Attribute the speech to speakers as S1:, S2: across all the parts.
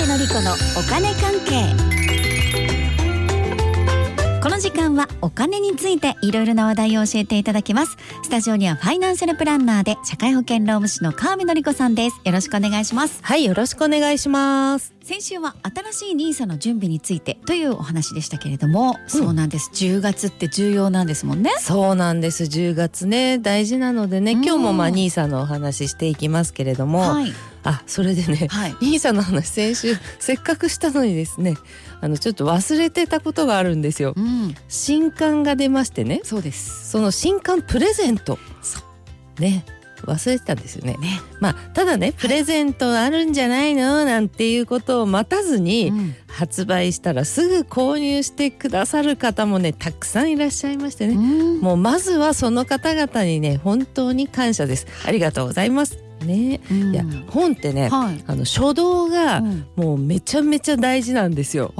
S1: お金関係この時間はお金についていろいろな話題を教えていただきますスタジオにはファイナンシャルプランナーで社会保険労務士の川辺則子さんですよろしくお願いします
S2: はい、よろしくお願いします。
S1: 先週は新しいニーサの準備についてというお話でしたけれども、そうなんです10月って重要なんですもんね
S2: そうなんです。10月ね、大事なのでね、
S1: うん
S2: 今日もまあ兄さんのお話ししていきますけれども、
S1: はい
S2: あ、それでね、
S1: はい
S2: 兄さんの話先週せっかくしたのにですね、あのちょっと忘れてたことがあるんですよ
S1: う。ん
S2: 新刊が出ましてね、
S1: そうです
S2: その新刊プレゼント
S1: そ。
S2: ね。忘れてたんですよね。
S1: ね、
S2: まあただね、プレゼントあるんじゃないのなんていうことを待たずに、
S1: うん
S2: 発売したらすぐ購入してくださる方もねたくさんいらっしゃいましてね、
S1: うん
S2: もうまずはその方々にね本当に感謝ですありがとうございますね、
S1: うん
S2: いや本ってね
S1: はい、
S2: あの書道が
S1: うん
S2: もうめちゃめちゃ大事なんですよ、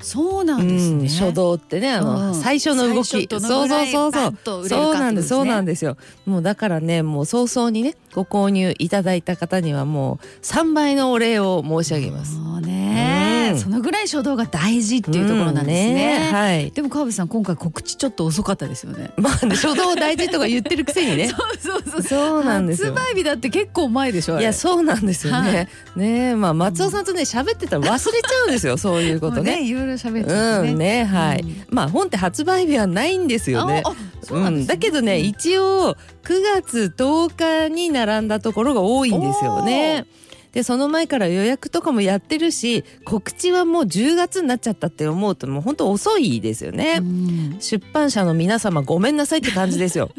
S1: そうなんですね、
S2: うん書道ってねあの、
S1: うん
S2: 最初の動き
S1: 最初ど
S2: そ
S1: の
S2: う
S1: ぐら
S2: そう
S1: い
S2: そう
S1: バ
S2: そ
S1: ン
S2: う
S1: と売れるか
S2: そ
S1: っ
S2: う
S1: てこと
S2: なん
S1: で
S2: ですす、
S1: ね
S2: そうなんですよ。もうだからね、もう早々にね、ご購入いただいた方にはもう三倍のお礼を申し上げます。
S1: そうね、
S2: うん
S1: そのぐらい書道が大事っていうところなんですね,、
S2: うんはい。
S1: でも川辺さん今回告知ちょっと遅かったですよね
S2: まあね、初動大事とか言ってるくせにね。
S1: そうそうそう
S2: そうなんですよ
S1: 発。売日だって結構前でしょあ
S2: い
S1: れ
S2: や、そうなんですよ
S1: は
S2: ね。ねえ、まあ、松尾さんとね、喋ってたら忘れちゃうん ですよ、そういうこと
S1: もう
S2: ね。
S1: いろいろ喋ってた
S2: うん、ね、は
S1: う
S2: い
S1: ん。
S2: まあ、本って発売日はないんですよね
S1: あ。あそう
S2: う
S1: なんですね
S2: ん、だけどね、一応9月10日に並んだところが多いんですよね。でその前から予約とかもやってるし告知はもう10月になっちゃったって思うともう本当遅いですよね、
S1: うん
S2: 出版社の皆様ごめんなさいって感じで すよ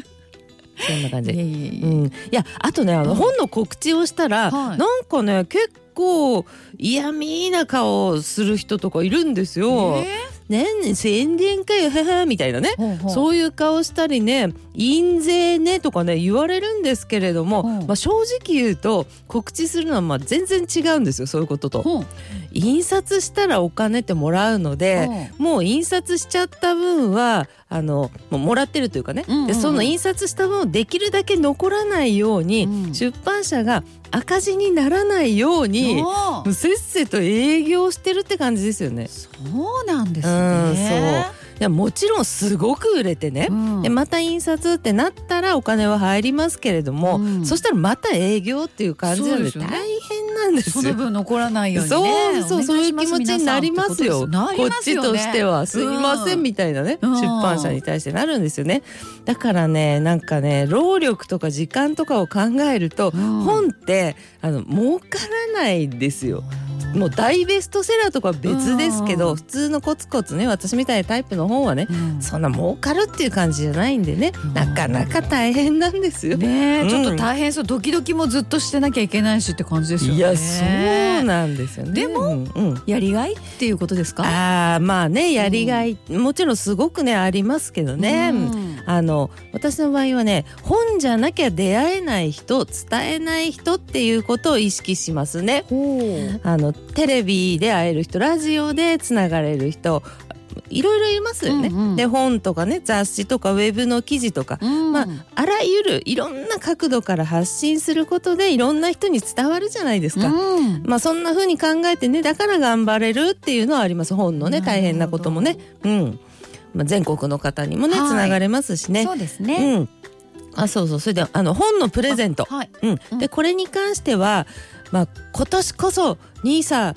S2: そんな感じ
S1: いやいやいや
S2: うん、いやあとねあの、
S1: うん
S2: 本の告知をしたら、
S1: はい
S2: なんかね結構嫌味な顔をする人とかいるんですよ。
S1: え
S2: ねえねえ宣伝かよははみたいなね
S1: ー。ほうほう
S2: そういう顔したりね印税ねとかね言われるんですけれども、
S1: うん
S2: まあ、正直言うと告知するのはまあ全然違うんですよそういうことと。
S1: ほう
S2: 印刷したらお金ってもらうので、もう印刷しちゃった分はあのもうもらってるというかね、
S1: うんうんうん
S2: でその印刷した分をできるだけ残らないように、
S1: うん
S2: 出版社が赤字にならないようにも
S1: ほう
S2: うせっせと営業してるって感じですよね。
S1: そうなんです
S2: うん
S1: ね
S2: いやもちろんすごく売れてね、
S1: うん
S2: でまた印刷ってなったらお金は入りますけれども、
S1: うん
S2: そしたらまた営業っていう感じなので
S1: そうですよね
S2: 大変なんです
S1: そ
S2: よ。
S1: の分残らないようにね
S2: そうそう
S1: お
S2: そう
S1: 願
S2: い
S1: し
S2: う
S1: ま
S2: 気
S1: す
S2: 持ちになりますよ
S1: 皆さんって
S2: こ
S1: こ
S2: っ
S1: とです
S2: ちとしてはすいません
S1: み
S2: みたいなね、
S1: うん
S2: 出版社に対してなるんですよねだからねなんかね労力とか時間とかを考えると、本ってあの儲からないんですよもう大ベストセラーとかは別ですけど、
S1: うん
S2: 普通のコツコツね私みたいなタイプの本はね
S1: うん
S2: そんな儲かるっていう感じじゃないんでね、
S1: うん
S2: なかなか大変なんですよ。
S1: ねえ、
S2: うん
S1: ちょっと大変そうドキドキもずっとしてなきゃいけないしって感じですよね
S2: いやそうなんですよね。
S1: でも
S2: うんうん
S1: やりがいっていうことですか
S2: ああまあねやりがい、もちろんすごくねありますけどね、
S1: うん
S2: あの私の場合はね本じゃなきゃ出会えない人伝えない人っていうことを意識しますね。
S1: ほう
S2: あのテレビで会える人ラジオでつながれる人いろいろいますよね。
S1: うんうん
S2: で本とかね雑誌とかウェブの記事とか
S1: うん
S2: まあ、あらゆるいろんな角度から発信することでいろんな人に伝わるじゃないですか。
S1: うん
S2: まあそんな風に考えてねだから頑張れるっていうのはあります本のね
S1: なるほど
S2: 大変なこともね、うんまあ、全国の方にもね
S1: はい
S2: つながれますしね。
S1: そうですね、
S2: うん、あそうそうそれであの本のプレゼント、
S1: はい
S2: うん、でこれに関しては、まあ、今年こそ兄さん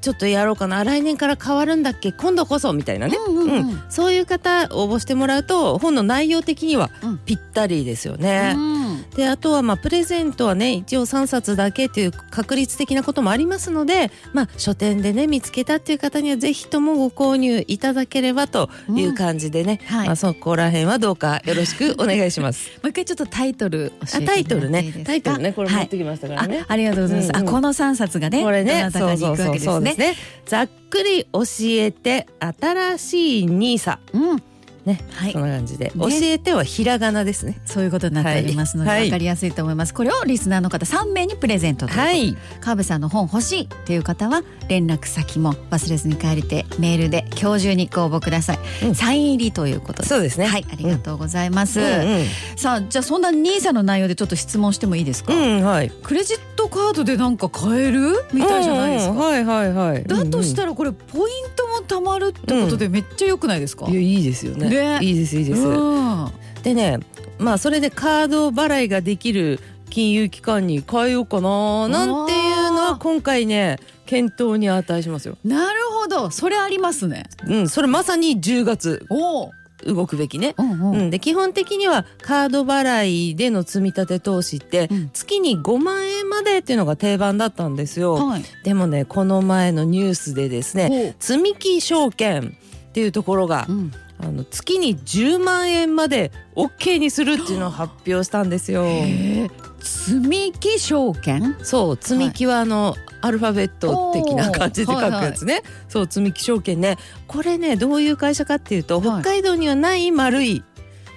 S2: ちょっとやろうかな来年から変わるんだっけ今度こそみたいなね、
S1: うんうんうん
S2: そういう方応募してもらうと本の内容的には
S1: うん
S2: ぴったりですよね。
S1: うん
S2: であとはまあプレゼントはね一応3冊だけという確率的なこともありますので、まあ、書店でね見つけたっていう方にはぜひともご購入いただければという感じでね、
S1: うんはい
S2: まあ、そこら辺はどうかよろしくお願いします。
S1: もう一回ちょっとタイトル教え
S2: あ
S1: て
S2: タイトル
S1: いただいていいで
S2: ね
S1: すか
S2: タイトルねこれ持
S1: は
S2: っ
S1: い
S2: てきましたから
S1: あ
S2: ね。
S1: ありがとうございます、
S2: うんうん
S1: あこの三冊がね
S2: これね
S1: どなたかに行くわけですね
S2: そうそうそうそうですねざっくり教えて新しいニーサ
S1: うん
S2: ね
S1: はい
S2: そんな感じ
S1: ね
S2: で、教えてはひらがなですね
S1: そういうことになっておりますので、
S2: はいはい
S1: 分かりやすいと思いますこれをリスナーの方3名にプレゼントということで
S2: はい
S1: 川辺さんの本欲しいっていう方は連絡先も忘れずに帰りてメールで今日中にご応募ください、
S2: うん
S1: サイン入りということで
S2: そうですね
S1: はいありがとうございます、
S2: うんうん
S1: さあじゃあそんな NISA の内容でちょっと質問してもいいですか、
S2: うんはい
S1: クレジットカードでなんか買えるみたいじゃないですか、
S2: うんうんはいはいはい。
S1: だとし
S2: ら、
S1: たらこれポイントも貯まるってことでめっちゃ良くないですか、
S2: いやいいですよね。
S1: ね
S2: いいですいいです。
S1: うん
S2: でね、まあそれでカード払いができる金融機関に変えようかななんていう
S1: あ
S2: の
S1: ー
S2: は今回ね検討に値しますよ。
S1: なるほどそれありますね
S2: うん、それまさに10月
S1: おお、
S2: 動くべきね。
S1: うんうん
S2: うん、で基本的にはカード払いでの積み立て投資って
S1: うん
S2: 月に5万円までっていうのが定番だったんですよ。
S1: はい
S2: でもねこの前のニュースでですね
S1: おう
S2: 積木証券っていうところが
S1: うん
S2: あの月に10万円まで OK にするっていうのを発表したんですよ。
S1: へえ積み木証券
S2: そう積み木はあの、アルファベット的な感じで書くやつね、そう積み木証券ねこれねどういう会社かっていうと、
S1: はい
S2: 北海道にはない丸い、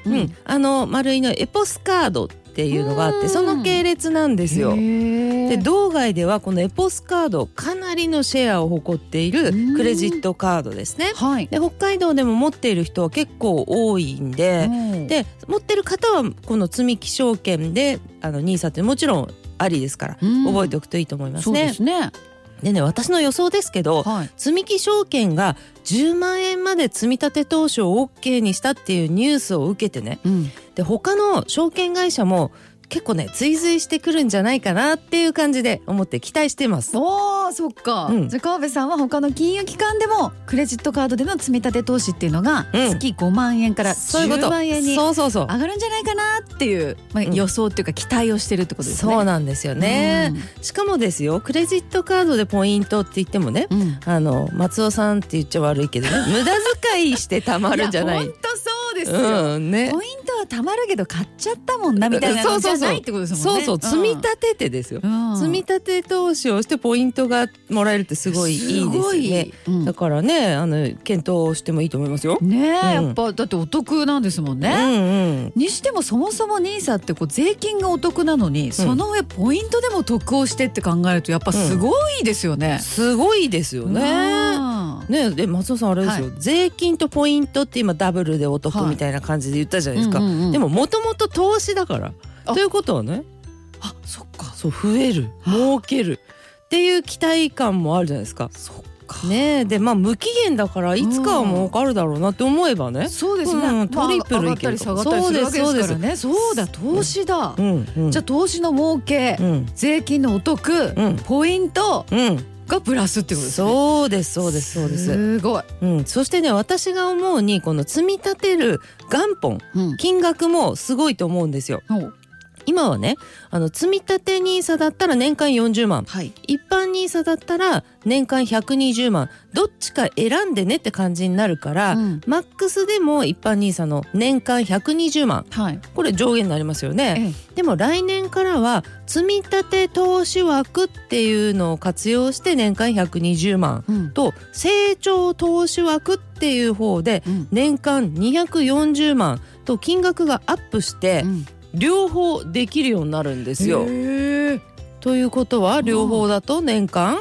S2: う
S1: うんん
S2: あの丸いのエポスカードっていうのがあっ
S1: うん
S2: てその系列なんですよ。
S1: で
S2: で道外ではこのエポスカードかなりのシェアを誇っている
S1: うん
S2: クレジットカードですね。
S1: はい
S2: で北海道でも持っている人は結構多いんで、
S1: うん
S2: で持ってる方はこの積み木証券であの NISA ってもちろんありですから
S1: うん
S2: 覚えておくといいと思います
S1: そう
S2: ね。
S1: ですね
S2: でね私の予想ですけど
S1: はい
S2: 積み木証券が10万円まで積み立て投資を OK にしたっていうニュースを受けてね
S1: うん
S2: で他の証券会社も結構ね追随してくるんじゃないかなっていう感じで思って期待してます。
S1: おーそっか、
S2: うん
S1: じゃあ川辺さんは他の金融機関でもクレジットカードでの積み立て投資っていうのが
S2: うん
S1: 月5万円から
S2: そういうこ
S1: 10
S2: と
S1: 万円に上
S2: そうそうそう
S1: がるんじゃないかなっていう、まあ、
S2: うん
S1: 予想っていうか期待をしてるってことですね。
S2: そうなんですよね、しかもですよクレジットカードでポイントって言ってもね
S1: うん。うん
S2: あの松尾さんって言っちゃ悪いけどね 無駄遣いしてたまるんじゃない
S1: や本当そうですよ、
S2: うんね
S1: ポイントはたまるけど買っちゃったもんなみたいな
S2: そ
S1: の
S2: う
S1: じ
S2: そうそう
S1: ゃないってことですもん
S2: そう
S1: ね。
S2: そう積み立ててですよ、
S1: うん
S2: 積み立て投資をしてポイントがもらえるってすごいいいですよ
S1: す
S2: ね
S1: ごいうん
S2: だからねあの検討してもいいと思いますよ、
S1: ねえ、
S2: うん
S1: やっぱだってお得なんですもん
S2: う
S1: ね。
S2: んうん
S1: にしてもそもそも NISA ってこう税金がお得なのに、その上ポイントでも得をしてって考えるとやっぱすごいですよね。
S2: すごいですよね
S1: ね
S2: ねで松尾さんあれですよ、税金とポイントって今ダブルでお得みたいな感じで言ったじゃないですか、
S1: うんうんうん
S2: でももともと投資だから
S1: あ
S2: ということはね
S1: あそっか
S2: そう増える儲けるっていう期待感もあるじゃないですか。
S1: そっか
S2: ねえでまあ無期限だからいつかは儲かるだろうなって思えばね。
S1: そうですね、
S2: うん
S1: まあ
S2: トリプル
S1: 上が
S2: い
S1: っ
S2: け
S1: た
S2: る
S1: り
S2: か
S1: 下が
S2: も
S1: ったりするわけですからねそう
S2: そうです
S1: だ投資だ、
S2: うんうん、
S1: じゃあ投資の儲け、
S2: うん
S1: 税金のお得、
S2: うん
S1: ポイント
S2: うん
S1: がプラスってことですね
S2: そうですそうですそうです。
S1: すごい、
S2: うんそしてね私が思うにこの積み立てる元本
S1: うん
S2: 金額もすごいと思うんですよ。今はねあの積み立て NISA だったら年間40万
S1: はい
S2: 一般 NISA だったら年間120万どっちか選んでねって感じになるから、
S1: うん
S2: マックスでも一般 NISA の年間120万
S1: はい
S2: これ上限になりますよね、
S1: え
S2: でも来年からは積み立て投資枠っていうのを活用して年間120万
S1: うん
S2: と成長投資枠っていう方で
S1: うん
S2: 年間240万と金額がアップして
S1: うん
S2: 両方できるようになるんですよ。
S1: へえ
S2: ということは両方だと年間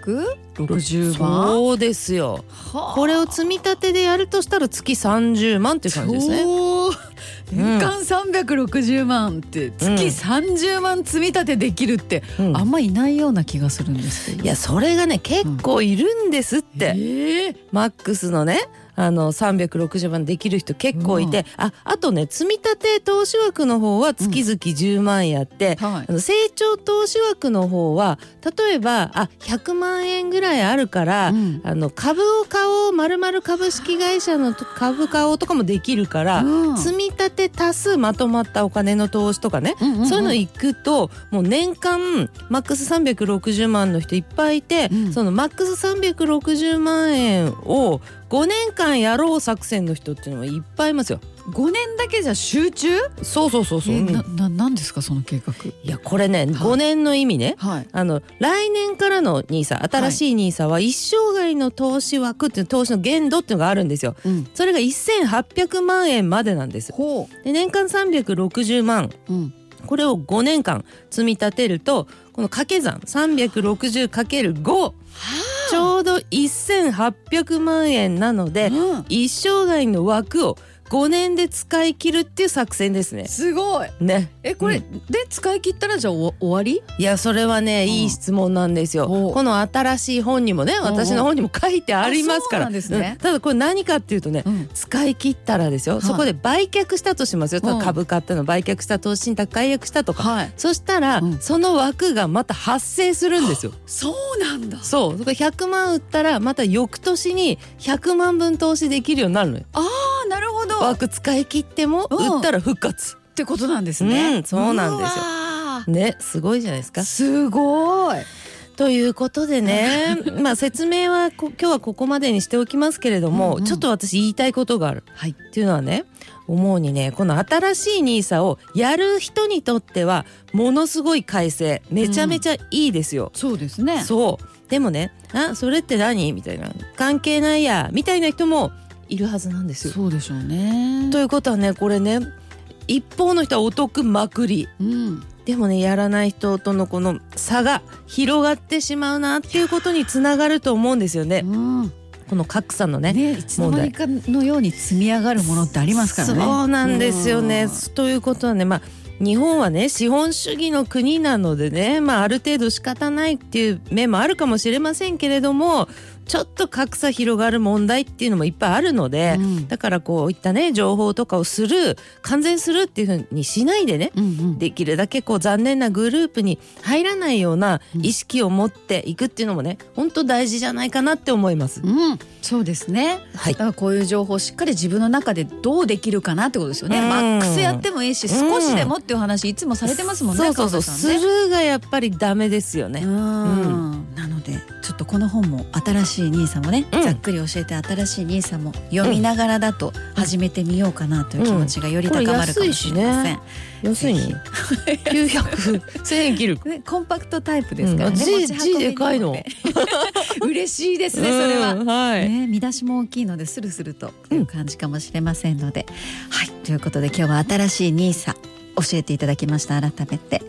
S1: 360万
S2: そうですよこ
S1: こ
S2: れを積み立てでやるとしたら月30万っていう感じですね
S1: おー
S2: うん
S1: 年間360万って月
S2: うん
S1: 30万積み立てできるって
S2: うん
S1: あんまいないような気がするんですけど
S2: いやそれがね結構いるんですっ
S1: え
S2: て、マックスのねあの360万できる人結構いて、ああとね積み立て投資枠の方は月々10万やって、
S1: ーはい
S2: あの成長投資枠の方は例えばあ100万円ぐらいあるから、
S1: うん
S2: あの株を買おう丸々株式会社のと株買おうとかもできるから、
S1: うん
S2: 積み立て足すまとまったお金の投資とかね、
S1: うんうんうん
S2: そういうの行くともう年間マックス360万の人いっぱいいて、
S1: うん
S2: そのマックス360万円を5年間やろう作戦の人っていうのもいっぱいいますよ。
S1: 5年だけじゃ集中
S2: そうそうそうそう。
S1: え
S2: うん
S1: なななんですかその計画
S2: いやこれね5年の意味ね。
S1: はい
S2: あの来年からのニーサ新しいニーサは一生涯の投資枠っていう投資の限度っていうのがあるんですよ。
S1: うん
S2: それが1800万円までなんです。
S1: ほ
S2: で年間360万
S1: ううん
S2: これを5年間積み立てるとこの掛け算 360×5 ちょうど1800万円なので
S1: うん
S2: 一生涯の枠を5年で使い切るっていう作戦ですね。
S1: すごい
S2: ね。
S1: えこれ、
S2: う
S1: で使い切ったらじゃあお終わり
S2: いやそれはね、いい質問なんですよ。
S1: おう
S2: この新しい本にもね私の本にも書いてありますか
S1: あそう
S2: ら。
S1: なんですね
S2: うんただこれ何かっていうとね、
S1: うん
S2: 使い切ったらですよ、
S1: い
S2: そこで売却したとしますよ、
S1: うん
S2: 株買ったの売却した投資信託解約したとか、
S1: はい
S2: そしたら、
S1: うん
S2: その枠がまた発生するんですよ。
S1: そうなんだ
S2: そうだから100万売ったらまた翌年に100万分投資できるようになるのよ。
S1: あなるほどっ
S2: 枠使い切っても
S1: うん
S2: 売ったら復活。
S1: てことなんですね、
S2: うんそうなんですよ
S1: よ
S2: ねすごいじゃないですか。
S1: すごい
S2: ということでね まあ説明はこ今日はここまでにしておきますけれども、
S1: うんうん
S2: ちょっと私言いたいことがある。
S1: はい
S2: っていうのはね思うにねこの新しい NISA をやる人にとってはものすごい改正めちゃめちゃいいですよ。
S1: そうですね
S2: そうでもねあそれって何みたいな関係ないやみたいな人もいるはずなんですよ。
S1: そうでしょうね
S2: ということはねこれね一方の人はお得まくり
S1: うん
S2: でもねやらない人とのこの差が広がってしまうなっていうことにつながると思うんですよね
S1: うん
S2: この格差のね。
S1: ねいつの間にかのように積み上がるものってありますからね
S2: そうなんですよね。
S1: うん
S2: ということはね、まあ、日本はね資本主義の国なのでね、まあ、ある程度仕方ないっていう面もあるかもしれませんけれどもちょっと格差広がる問題っていうのもいっぱいあるので、
S1: うん
S2: だからこういったね情報とかをする完全するっていうふうにしないでね
S1: うんうん
S2: できるだけこう残念なグループに入らないような
S1: うん
S2: 意識を持っていくっていうのもね本当大事じゃないかなって思います。
S1: うん、そうですね
S2: はい
S1: だからこういう情報をしっかり自分の中でどうできるかなってことですよね、
S2: うん
S1: マックスやってもいいし
S2: うん
S1: 少しでもっていう話いつもされてますもんね、
S2: そうそうそう、
S1: 川
S2: ス
S1: 田さんね
S2: ルーがやっぱりダメですよね。
S1: うんなのでちょっとこの本も新しい兄さんもね、
S2: うん
S1: ざっくり教えて新しい兄さんも読みながらだと始めてみようかなという気持ちがより高まるかもしれません、
S2: 要するに
S1: ぜ
S2: 900 1000円切る
S1: ねコンパクトタイプですからね、
S2: うんあ
S1: 持ち運びにも
S2: G でかいの
S1: 嬉しいですねそれは、
S2: うんはい、
S1: ね、見出しも大きいのでスルスルとという感じかもしれませんので、はいということで今日は新しいニーサ教えていただきました改めて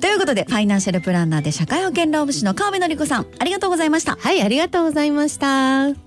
S1: ということでファイナンシャルプランナーで社会保険労務士の川辺典子さんありがとうございました
S2: はいありがとうございました